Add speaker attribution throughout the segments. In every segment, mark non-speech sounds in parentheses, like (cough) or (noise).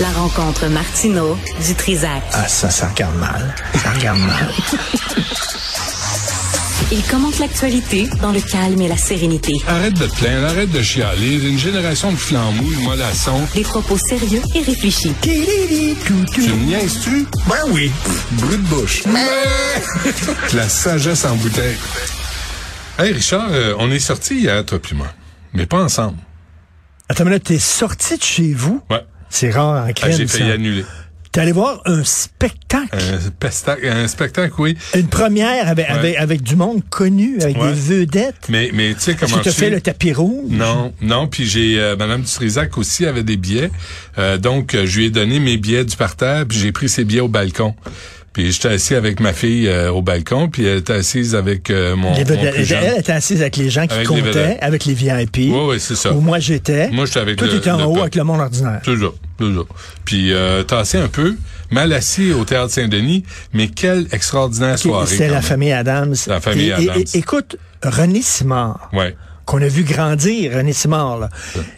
Speaker 1: La rencontre Martino du Trizac.
Speaker 2: Ah, ça, ça regarde mal. Ça regarde mal.
Speaker 1: Il commente l'actualité dans le calme et la sérénité.
Speaker 3: Arrête de te plaindre, arrête de chialer. Une génération de flambouilles, de mollassons.
Speaker 1: Des propos sérieux et réfléchis.
Speaker 3: Tu me niaises-tu?
Speaker 2: Ben oui.
Speaker 3: Brut de bouche. (laughs) La sagesse en bouteille. Hey Richard, euh, on est sorti hier, toi puis moi. Mais pas ensemble.
Speaker 2: Attends, mais là, t'es sorti de chez vous.
Speaker 3: Ouais.
Speaker 2: C'est rare en crème,
Speaker 3: Ah, J'ai Euh.
Speaker 2: ça.
Speaker 3: failli annuler.
Speaker 2: T'es allé voir un spectacle.
Speaker 3: Un, pesta- un spectacle, oui.
Speaker 2: Une première avec, avec, avec du monde connu, avec
Speaker 3: Ouais.
Speaker 2: des vedettes.
Speaker 3: Mais, mais tu sais
Speaker 2: Est-ce
Speaker 3: comment
Speaker 2: que t'as
Speaker 3: je
Speaker 2: fait
Speaker 3: suis?
Speaker 2: le tapis rouge?
Speaker 3: Non, non. Puis j'ai euh, Madame Dutrisac aussi avait des billets, Euh, donc euh, je lui ai donné mes billets du parterre, puis j'ai pris ses billets au balcon. Puis j'étais assis avec ma fille euh, au balcon, puis elle était assise avec euh, mon,
Speaker 2: Les
Speaker 3: mon
Speaker 2: vedettes-
Speaker 3: plus jeune.
Speaker 2: elle était assise avec les gens qui
Speaker 3: Avec les
Speaker 2: comptaient,
Speaker 3: vedettes.
Speaker 2: avec les VIP.
Speaker 3: Oui, oui, c'est ça.
Speaker 2: Où moi j'étais.
Speaker 3: Moi, j'étais avec
Speaker 2: Toi,
Speaker 3: le-
Speaker 2: t'étais en
Speaker 3: le
Speaker 2: haut
Speaker 3: peuple.
Speaker 2: avec le monde ordinaire.
Speaker 3: Toujours, toujours. Puis euh, tassé un peu, mal assis au théâtre Saint-Denis, mais quelle extraordinaire soirée.
Speaker 2: C'était
Speaker 3: quand
Speaker 2: la
Speaker 3: même.
Speaker 2: famille Adams.
Speaker 3: La famille
Speaker 2: Et- et- et-
Speaker 3: Adams.
Speaker 2: écoute, René Simard.
Speaker 3: Ouais.
Speaker 2: qu'on a vu grandir, René Simard. là.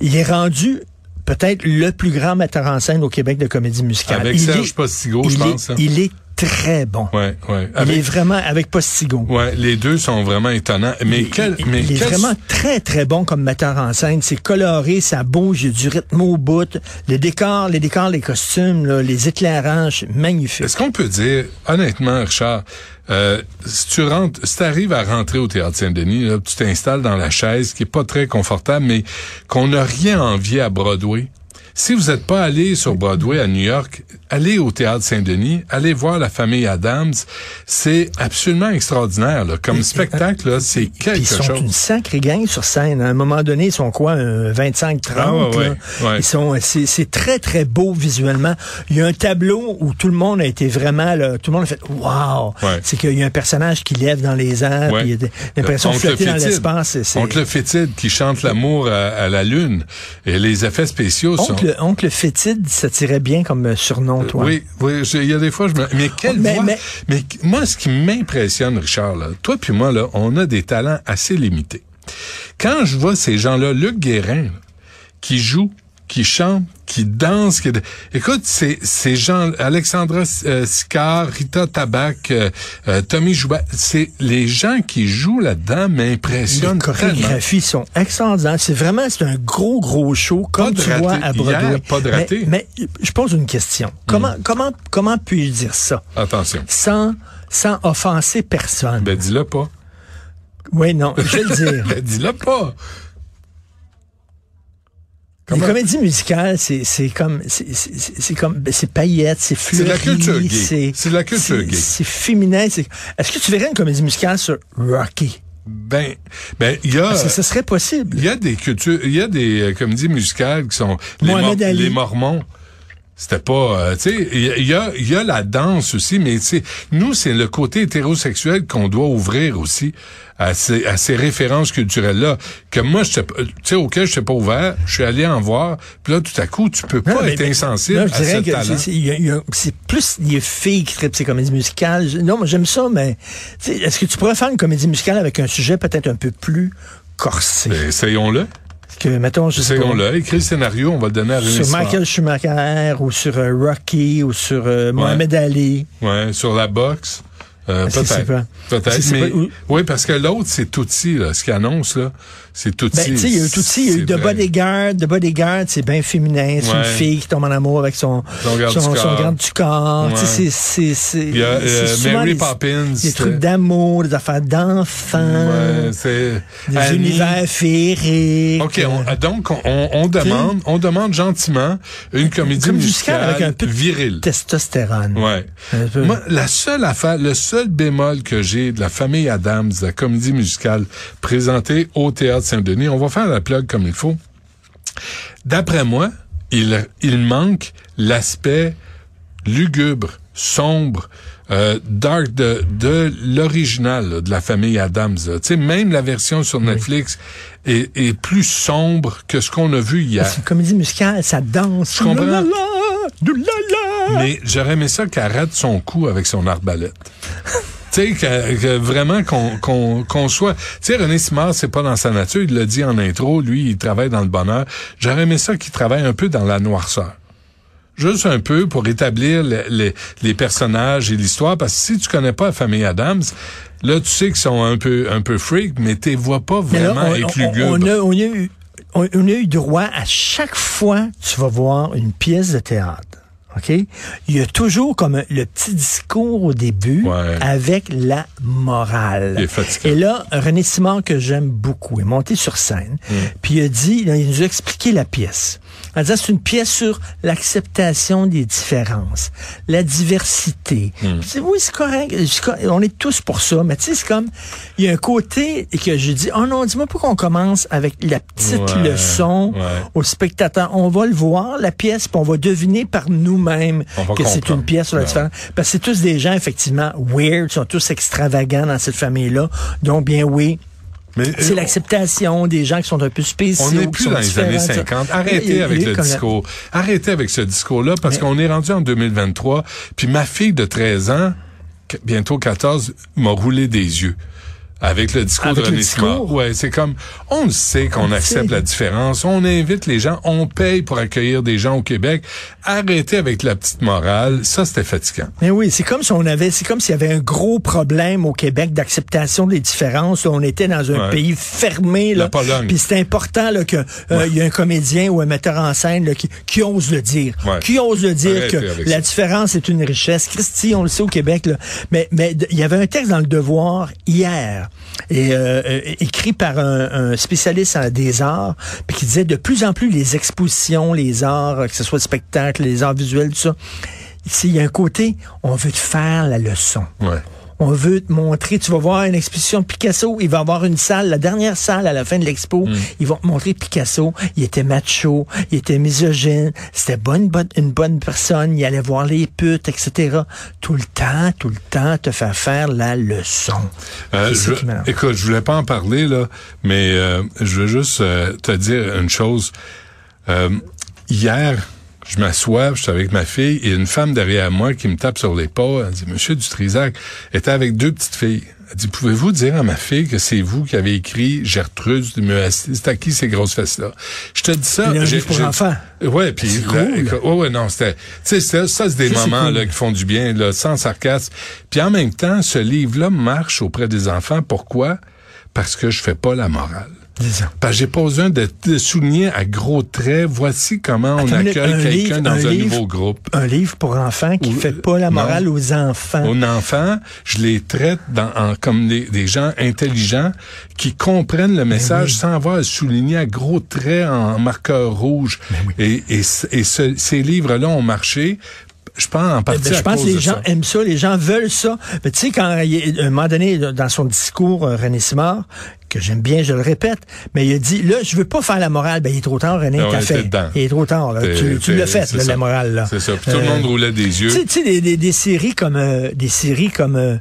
Speaker 2: Il est rendu peut-être le plus grand metteur en scène au Québec de comédie musicale.
Speaker 3: Avec
Speaker 2: il
Speaker 3: Serge
Speaker 2: est,
Speaker 3: Postigo, je
Speaker 2: il
Speaker 3: pense.
Speaker 2: Est,
Speaker 3: hein.
Speaker 2: il est très bon.
Speaker 3: Ouais, ouais.
Speaker 2: Il est
Speaker 3: Avec-
Speaker 2: vraiment avec Postigo.
Speaker 3: ouais, les deux sont vraiment étonnants. Mais quel,
Speaker 2: Il,
Speaker 3: mais
Speaker 2: il est
Speaker 3: quel-
Speaker 2: vraiment très, très bon comme metteur en scène. C'est coloré, ça bouge, il y a du rythme au bout. Les décors, les décors, les costumes, là, les éclairages, magnifique.
Speaker 3: Est-ce qu'on peut dire, honnêtement, Richard, euh, si tu rentres, si t'arrives à rentrer au Théâtre Saint-Denis, là, tu t'installes dans la chaise qui est pas très confortable, mais qu'on n'a rien envié à Broadway. Si vous n'êtes pas allé sur Broadway à New York, allez au Théâtre Saint-Denis, allez voir la famille Adams. C'est absolument extraordinaire, là. Comme spectacle, là, c'est
Speaker 2: Puis
Speaker 3: quelque
Speaker 2: ils sont
Speaker 3: chose.
Speaker 2: une sacrée gang sur scène. À un moment donné, ils sont quoi, un 25-30?
Speaker 3: Ah ouais, ouais,
Speaker 2: là?
Speaker 3: ouais.
Speaker 2: Ils sont, c'est, c'est très, très beau visuellement. Il y a un tableau où tout le monde a été vraiment, là, tout le monde a fait, wow!
Speaker 3: Ouais.
Speaker 2: C'est qu'il y a un personnage qui lève dans les airs,
Speaker 3: Ouais. Euh,
Speaker 2: puis il y a des- l'impression de
Speaker 3: Oncle
Speaker 2: flotter dans
Speaker 3: Fétide.
Speaker 2: l'espace. C'est, c'est-
Speaker 3: Oncle Fétide qui chante l'amour à, à la lune. Et les effets spéciaux sont...
Speaker 2: oncle, oncle Fétide, ça tirait bien comme euh, surnom, toi.
Speaker 3: Oui, oui, j'ai- il y a des fois, je me... Mais quelle
Speaker 2: Mais-
Speaker 3: voix!
Speaker 2: mais-
Speaker 3: Mais... qu- moi, ce qui m'impressionne, Richard, là, toi puis moi, là, on a des talents assez limités. Quand je vois ces gens-là, Luc Guérin, là, qui joue, qui chante, qui danse, qui... écoute, ces, ces gens, Alexandra euh, Sicard, Rita Tabac, euh, euh, Tommy Jouba, c'est les gens qui jouent là-dedans
Speaker 2: Les
Speaker 3: m'impressionnent tellement.
Speaker 2: chorégraphies sont extraordinaires. C'est vraiment, c'est un gros, gros show, comme
Speaker 3: de
Speaker 2: tu
Speaker 3: raté.
Speaker 2: vois à Broadway.
Speaker 3: Hier, pas de
Speaker 2: Mais-
Speaker 3: raté. Hmm.
Speaker 2: Mais, je pose une question. Comment, comment, comment puis-je dire ça?
Speaker 3: Attention,
Speaker 2: sans, sans offenser personne.
Speaker 3: ben dis-le pas.
Speaker 2: oui, non, je vais le
Speaker 3: (laughs)
Speaker 2: dire.
Speaker 3: Ben dis-le pas.
Speaker 2: Les
Speaker 3: comment-
Speaker 2: comédies musicales, c'est c'est comme c'est c'est- c'est comme ben, c'est paillettes, c'est
Speaker 3: de
Speaker 2: fleuri,
Speaker 3: la culture gay. C'est de la culture
Speaker 2: c'est-
Speaker 3: gay.
Speaker 2: C'est féminin. c'est- Est-ce que tu verrais une comédie musicale sur Rocky
Speaker 3: Ben, ben, il y a...
Speaker 2: Est-ce que ce serait possible
Speaker 3: Il y a des cultures, il y a des euh, comédies musicales qui sont les,
Speaker 2: Mohamed
Speaker 3: Mor-
Speaker 2: Ali.
Speaker 3: les Mormons. C'était pas, euh, tu sais, il y a- il y a, il y a la danse aussi, mais tu sais, nous c'est le côté hétérosexuel qu'on doit ouvrir aussi à ces, à ces références culturelles là. Que moi, je sais pas- tu sais, auquel je suis pas ouvert, je suis allé en voir, puis là tout à coup, tu peux
Speaker 2: Non,
Speaker 3: pas
Speaker 2: mais-
Speaker 3: être
Speaker 2: mais-
Speaker 3: insensible
Speaker 2: non, je
Speaker 3: à ce
Speaker 2: dirais que
Speaker 3: talent.
Speaker 2: c'est- c'est- il y a- il y a- c'est plus les filles qui trippent ces comédies musicales. Je- Non, moi j'aime ça, mais tu sais, est-ce que tu pourrais faire une comédie musicale avec un sujet peut-être un peu plus corsé
Speaker 3: Ben, Essayons-le,
Speaker 2: que mettons je sais pas.
Speaker 3: essayons-le. Écris le scénario, on va le donner à René
Speaker 2: sur
Speaker 3: Simard.
Speaker 2: Michael Schumacher ou sur euh, Rocky ou sur euh, Mohamed Ali.
Speaker 3: Ouais, sur la boxe. Euh,
Speaker 2: Ah, c'est- c'est
Speaker 3: peut-être.
Speaker 2: pas- c'est-
Speaker 3: Peut-être.
Speaker 2: c'est
Speaker 3: Mais,
Speaker 2: pas- ou-
Speaker 3: oui, parce que l'autre, c'est Tutsi, là. Ce qu'il annonce, là, c'est Tutsi.
Speaker 2: Ben, tu sais, il y a eu tout ça, il y a eu
Speaker 3: c'est
Speaker 2: The
Speaker 3: vrai.
Speaker 2: Bodyguard. The Bodyguard, c'est bien féminin. C'est
Speaker 3: Ouais.
Speaker 2: une fille qui tombe en amour avec son,
Speaker 3: Son garde
Speaker 2: son,
Speaker 3: du
Speaker 2: son
Speaker 3: corps.
Speaker 2: garde du corps. Tu sais,
Speaker 3: Ouais.
Speaker 2: c'est, c'est, c'est,
Speaker 3: Il y a, euh,
Speaker 2: c'est souvent
Speaker 3: Mary
Speaker 2: des-
Speaker 3: Poppins,
Speaker 2: Des
Speaker 3: c'était-
Speaker 2: trucs d'amour, des affaires d'enfants.
Speaker 3: Ouais, c'est.
Speaker 2: Des
Speaker 3: Annie.
Speaker 2: univers euh, féeriques.
Speaker 3: OK, on- donc, on, on, on demande, on demande gentiment une comédie
Speaker 2: Comme
Speaker 3: musicale
Speaker 2: musicale avec un peu de
Speaker 3: virile.
Speaker 2: testostérone.
Speaker 3: Ouais.
Speaker 2: Un peu.
Speaker 3: Moi, la seule affaire, le seul bémol que j'ai de la famille Adams, de la comédie musicale présentée au Théâtre Saint-Denis, on va faire la plug comme il faut. D'après moi, il, il manque l'aspect lugubre, sombre, euh, dark de, de l'original là, de la famille Adams. là. Tu sais, même la version sur Netflix est, est plus sombre que ce qu'on a vu hier.
Speaker 2: C'est une comédie musicale, ça danse.
Speaker 3: Je comprends.
Speaker 2: La, la, la, du la, la.
Speaker 3: Mais j'aurais aimé ça qu'elle rate son coup avec
Speaker 2: (laughs)
Speaker 3: son arbalète. tu sais, que, que vraiment qu'on qu'on qu'on soit... Tu sais, René Simard, c'est pas dans sa nature. Il l'a dit en intro. Lui, il travaille dans le bonheur. J'aurais aimé ça qu'il travaille un peu dans la noirceur. juste un peu pour établir le- le- les personnages et l'histoire, parce que si tu connais pas la famille Adams, là, tu sais qu'ils sont un peu, un peu freaks, mais tu les vois pas
Speaker 2: Mais là,
Speaker 3: vraiment
Speaker 2: on-
Speaker 3: être
Speaker 2: on, on
Speaker 3: lugubres.
Speaker 2: a, on a eu, on- on a eu droit à chaque fois que tu vas voir une pièce de théâtre. OK? Il y a toujours comme un- le petit discours au début
Speaker 3: Ouais.
Speaker 2: avec la morale.
Speaker 3: Il est fatiguant.
Speaker 2: Et là, René Simard, que j'aime beaucoup, est monté sur scène,
Speaker 3: Mm.
Speaker 2: puis il a dit, là, il nous a expliqué la pièce. En disant, ah, c'est une pièce sur l'acceptation des différences, la diversité.
Speaker 3: Mm.
Speaker 2: Je dis, oui, c'est correct, c'est co- on est tous pour ça, mais tu sais, c'est comme, il y a un côté que je dis, oh non, dis-moi pourquoi on commence avec la petite
Speaker 3: Ouais,
Speaker 2: leçon
Speaker 3: ouais.
Speaker 2: au spectateur. On va le voir, la pièce, puis on va deviner par nous-mêmes
Speaker 3: On va
Speaker 2: que c'est
Speaker 3: comprendre. Ben
Speaker 2: une pièce sur la
Speaker 3: Ouais.
Speaker 2: différence. Parce que c'est tous des gens, effectivement, weird, ils sont tous extravagants dans cette famille-là. Donc, bien oui.
Speaker 3: Mais,
Speaker 2: C'est
Speaker 3: euh,
Speaker 2: l'acceptation des gens qui sont un peu spéciaux.
Speaker 3: On n'est
Speaker 2: qui
Speaker 3: plus
Speaker 2: sont
Speaker 3: dans les
Speaker 2: différents,
Speaker 3: années
Speaker 2: ça.
Speaker 3: 50.
Speaker 2: Il y a- il y
Speaker 3: Arrêtez
Speaker 2: a
Speaker 3: avec
Speaker 2: eu
Speaker 3: le
Speaker 2: comme-
Speaker 3: discours. Arrêtez avec ce discours-là parce
Speaker 2: Mais-
Speaker 3: qu'on est rendu en 2023. Puis ma fille de 13 ans, qu- bientôt 14, m'a roulé des yeux. Avec le discours
Speaker 2: Avec
Speaker 3: de
Speaker 2: le
Speaker 3: René Simard.
Speaker 2: discours?
Speaker 3: Ouais, c'est comme, on le sait qu'on
Speaker 2: le
Speaker 3: accepte
Speaker 2: sait.
Speaker 3: la différence, on invite les gens, on paye pour accueillir des gens au Québec. Arrêtez avec la petite morale. Ça, c'était fatigant.
Speaker 2: Mais oui, c'est comme si on avait, c'est comme s'il y avait un gros problème au Québec d'acceptation des différences. On était dans un
Speaker 3: Ouais.
Speaker 2: pays fermé,
Speaker 3: La
Speaker 2: là.
Speaker 3: Pologne.
Speaker 2: Puis c'est important là que euh, il y a un comédien ou un metteur en scène là, qui, qui ose le dire,
Speaker 3: Ouais.
Speaker 2: qui ose le dire
Speaker 3: Arrêtez
Speaker 2: que
Speaker 3: avec
Speaker 2: la
Speaker 3: ça.
Speaker 2: différence est une richesse. Christy, on le sait au Québec, là. Mais mais d- il y avait un texte dans le Devoir hier, et euh, euh, écrit par un, un spécialiste en- des arts, puis qui disait de plus en plus les expositions, les arts, euh, que ce soit le spectacle, les arts visuels, tout ça. Ici, il y a un côté, on veut te faire la leçon.
Speaker 3: Ouais.
Speaker 2: On veut te montrer, tu vas voir une exposition de Picasso, il va avoir une salle, la dernière salle à la fin de l'expo,
Speaker 3: Hmm.
Speaker 2: ils vont te montrer Picasso, il était macho, il était misogyne, c'était bonne, bonne- une bonne personne, il allait voir les putes, etc. Tout le temps, tout le temps, te faire faire la leçon.
Speaker 3: Euh,
Speaker 2: Qui c'est
Speaker 3: je-
Speaker 2: qui m'énerve?
Speaker 3: écoute, je voulais pas en parler là, mais euh, je veux juste euh, te dire une chose. Euh, hier, je m'assois, je suis avec ma fille et une femme derrière moi qui me tape sur l'épaule. Elle dit Monsieur Dutrisac était avec deux petites filles. Elle dit Pouvez-vous dire à ma fille que c'est vous qui avez écrit Gertrude du Muassis C'est à qui ces grosses fesses là Je te dis ça.
Speaker 2: Il y a un
Speaker 3: j'ai-
Speaker 2: livre pour
Speaker 3: j'ai-
Speaker 2: enfants.
Speaker 3: Ouais, puis
Speaker 2: C'est
Speaker 3: là,
Speaker 2: cool.
Speaker 3: écoute, Ouais, ouais, non, c'était, tu sais, c'était- ça, c'est des
Speaker 2: Ça, c'est
Speaker 3: moments,
Speaker 2: cool.
Speaker 3: là, qui font du bien, là, sans sarcasme. Puis en même temps, ce livre-là marche auprès des enfants. Pourquoi? Parce que je fais pas la morale.
Speaker 2: Disons.
Speaker 3: Parce que j'ai pas besoin de, de souligner à gros traits, voici comment on
Speaker 2: Attends une minute,
Speaker 3: accueille
Speaker 2: un livre-
Speaker 3: quelqu'un dans
Speaker 2: un
Speaker 3: un,
Speaker 2: livre-
Speaker 3: nouveau groupe.
Speaker 2: Un livre pour enfants qui
Speaker 3: Ou-
Speaker 2: fait pas la
Speaker 3: non.
Speaker 2: morale aux enfants.
Speaker 3: Aux enfants, je les traite dans- en- comme des, des gens intelligents qui comprennent
Speaker 2: Ben
Speaker 3: le message sans avoir à le souligner à gros traits en marqueur rouge.
Speaker 2: Ben
Speaker 3: Et, et c- et ce- ces livres-là ont marché, je pense, en partie
Speaker 2: Ben, je
Speaker 3: à
Speaker 2: pense
Speaker 3: cause
Speaker 2: que les
Speaker 3: de
Speaker 2: gens
Speaker 3: ça.
Speaker 2: aiment ça, les gens veulent ça. Mais tu sais, quand il, à un moment donné, là, dans son discours, euh, René Simard, que j'aime bien, je le répète, mais il a dit, là, je veux pas faire la morale. Ben, il est trop tard, René,
Speaker 3: Ah ouais,
Speaker 2: t'as
Speaker 3: t'es
Speaker 2: fait.
Speaker 3: dedans.
Speaker 2: Il est trop tard, là.
Speaker 3: T'es-
Speaker 2: Euh, Tu, tu
Speaker 3: t'es-
Speaker 2: l'as fait,
Speaker 3: c'est
Speaker 2: là,
Speaker 3: ça.
Speaker 2: la morale, là.
Speaker 3: C'est ça. Puis tout le
Speaker 2: Euh,
Speaker 3: monde roulait des
Speaker 2: Tu
Speaker 3: yeux.
Speaker 2: sais, tu sais, des, des- des séries comme, euh, des séries comme, euh,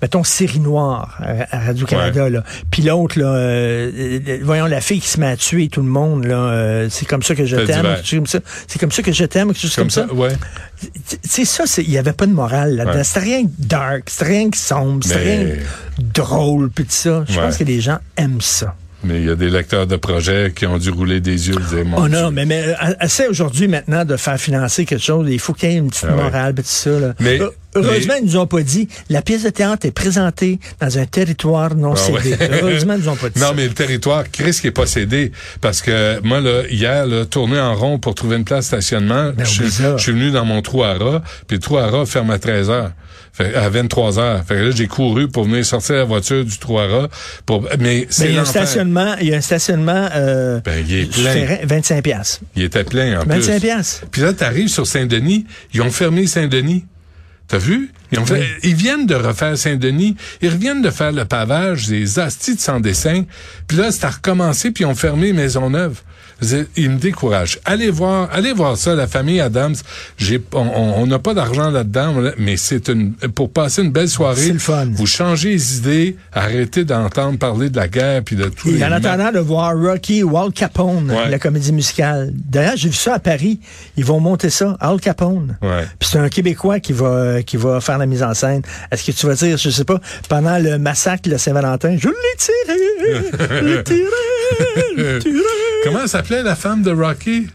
Speaker 2: mettons, Série Noire à, à Radio-Canada, là. Puis l'autre, là, euh, euh, voyons, la fille qui se met à tuer tout le monde, là, euh, c'est comme ça que je
Speaker 3: Fait
Speaker 2: t'aime,
Speaker 3: divers.
Speaker 2: quelque chose comme ça. c'est comme ça que je t'aime, quelque chose
Speaker 3: Comme ça, ouais.
Speaker 2: tu sais, ça, c'est- il n'y avait pas de morale là-dedans.
Speaker 3: Ouais.
Speaker 2: C'était rien que dark, c'était rien que sombre, c'était
Speaker 3: Mais-
Speaker 2: rien que drôle, puis tout ça. Je pense
Speaker 3: Ouais.
Speaker 2: que les gens aiment ça.
Speaker 3: Mais il y a des lecteurs de projets qui ont dû rouler des yeux. Ils disaient, Mon
Speaker 2: oh
Speaker 3: Dieu.
Speaker 2: non, mais, mais euh, assez aujourd'hui maintenant de faire financer quelque chose, il faut qu'il y ait une petite
Speaker 3: Ah ouais.
Speaker 2: morale, puis tout ça. là.
Speaker 3: Mais-
Speaker 2: Euh, Heureusement,
Speaker 3: mais-
Speaker 2: ils nous ont pas dit, la pièce de théâtre est présentée dans un territoire non
Speaker 3: Ah
Speaker 2: cédé.
Speaker 3: (laughs) ouais.
Speaker 2: Heureusement, ils nous ont pas dit
Speaker 3: Non,
Speaker 2: ça.
Speaker 3: mais le territoire, Chris qui est pas cédé. Parce que moi, là, hier, là, tourner en rond pour trouver une place de stationnement,
Speaker 2: Ben,
Speaker 3: je,
Speaker 2: oublie ça.
Speaker 3: je suis venu dans mon trou à rats, puis le trou à rats ferme à 13 heures. Fait- à 23 heures. Fait que là, j'ai couru pour venir sortir la voiture du trou à rats. Pour, mais
Speaker 2: Mais
Speaker 3: c'est
Speaker 2: Ben, il y a un
Speaker 3: l'enfer.
Speaker 2: stationnement, il y a un stationnement euh,
Speaker 3: Ben, il est
Speaker 2: sur
Speaker 3: plein.
Speaker 2: terrain, 25 piastres.
Speaker 3: Il était plein, en
Speaker 2: 25
Speaker 3: plus.
Speaker 2: piastres.
Speaker 3: Puis là, t'arrives sur Saint-Denis, ils ont fermé Saint-Denis. T'as vu? Ils, ont fait-
Speaker 2: Oui.
Speaker 3: ils viennent de refaire Saint-Denis, ils reviennent de faire le pavage des astis de sans dessin, puis là, c'est à recommencer, puis ils ont fermé Maisonneuve. Je veux dire, Ils me découragent. Allez voir, allez voir ça, la famille Adams. J'ai, on- on on n'a pas d'argent là-dedans, mais c'est une pour passer une belle soirée.
Speaker 2: C'est le fun.
Speaker 3: Vous changez les idées, arrêtez d'entendre parler de la guerre puis de tout.
Speaker 2: Et en attendant de voir Rocky ou Al Capone,
Speaker 3: Ouais.
Speaker 2: la comédie musicale. D'ailleurs, j'ai vu ça à Paris. Ils vont monter ça, Al Capone.
Speaker 3: Ouais.
Speaker 2: Puis c'est un Québécois qui va qui va faire la mise en scène. Est-ce que tu vas dire, je sais pas, pendant le massacre de Saint-Valentin, je l'ai tiré, je l'ai tiré, je l'ai tiré.
Speaker 3: Euh, Comment s'appelait la femme de Rocky?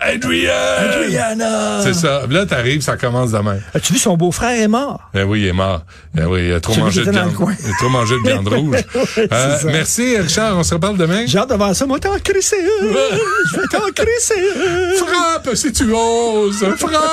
Speaker 3: Adrian!
Speaker 2: Adriana!
Speaker 3: C'est ça. Là, t'arrives, ça commence de même.
Speaker 2: As-tu vu son beau-frère est mort?
Speaker 3: Ben oui, il est mort. Ben oui, il a trop
Speaker 2: Celui
Speaker 3: mangé
Speaker 2: qui
Speaker 3: de
Speaker 2: était dans
Speaker 3: viande.
Speaker 2: le coin.
Speaker 3: Il a trop mangé de
Speaker 2: (laughs)
Speaker 3: viande rouge.
Speaker 2: c'est
Speaker 3: Euh,
Speaker 2: ça.
Speaker 3: merci, Richard. On se reparle demain.
Speaker 2: J'ai hâte de voir ça. Moi, t'en crisser un! Je vais t'en crisser un! (laughs)
Speaker 3: Frappe si tu oses! Frappe!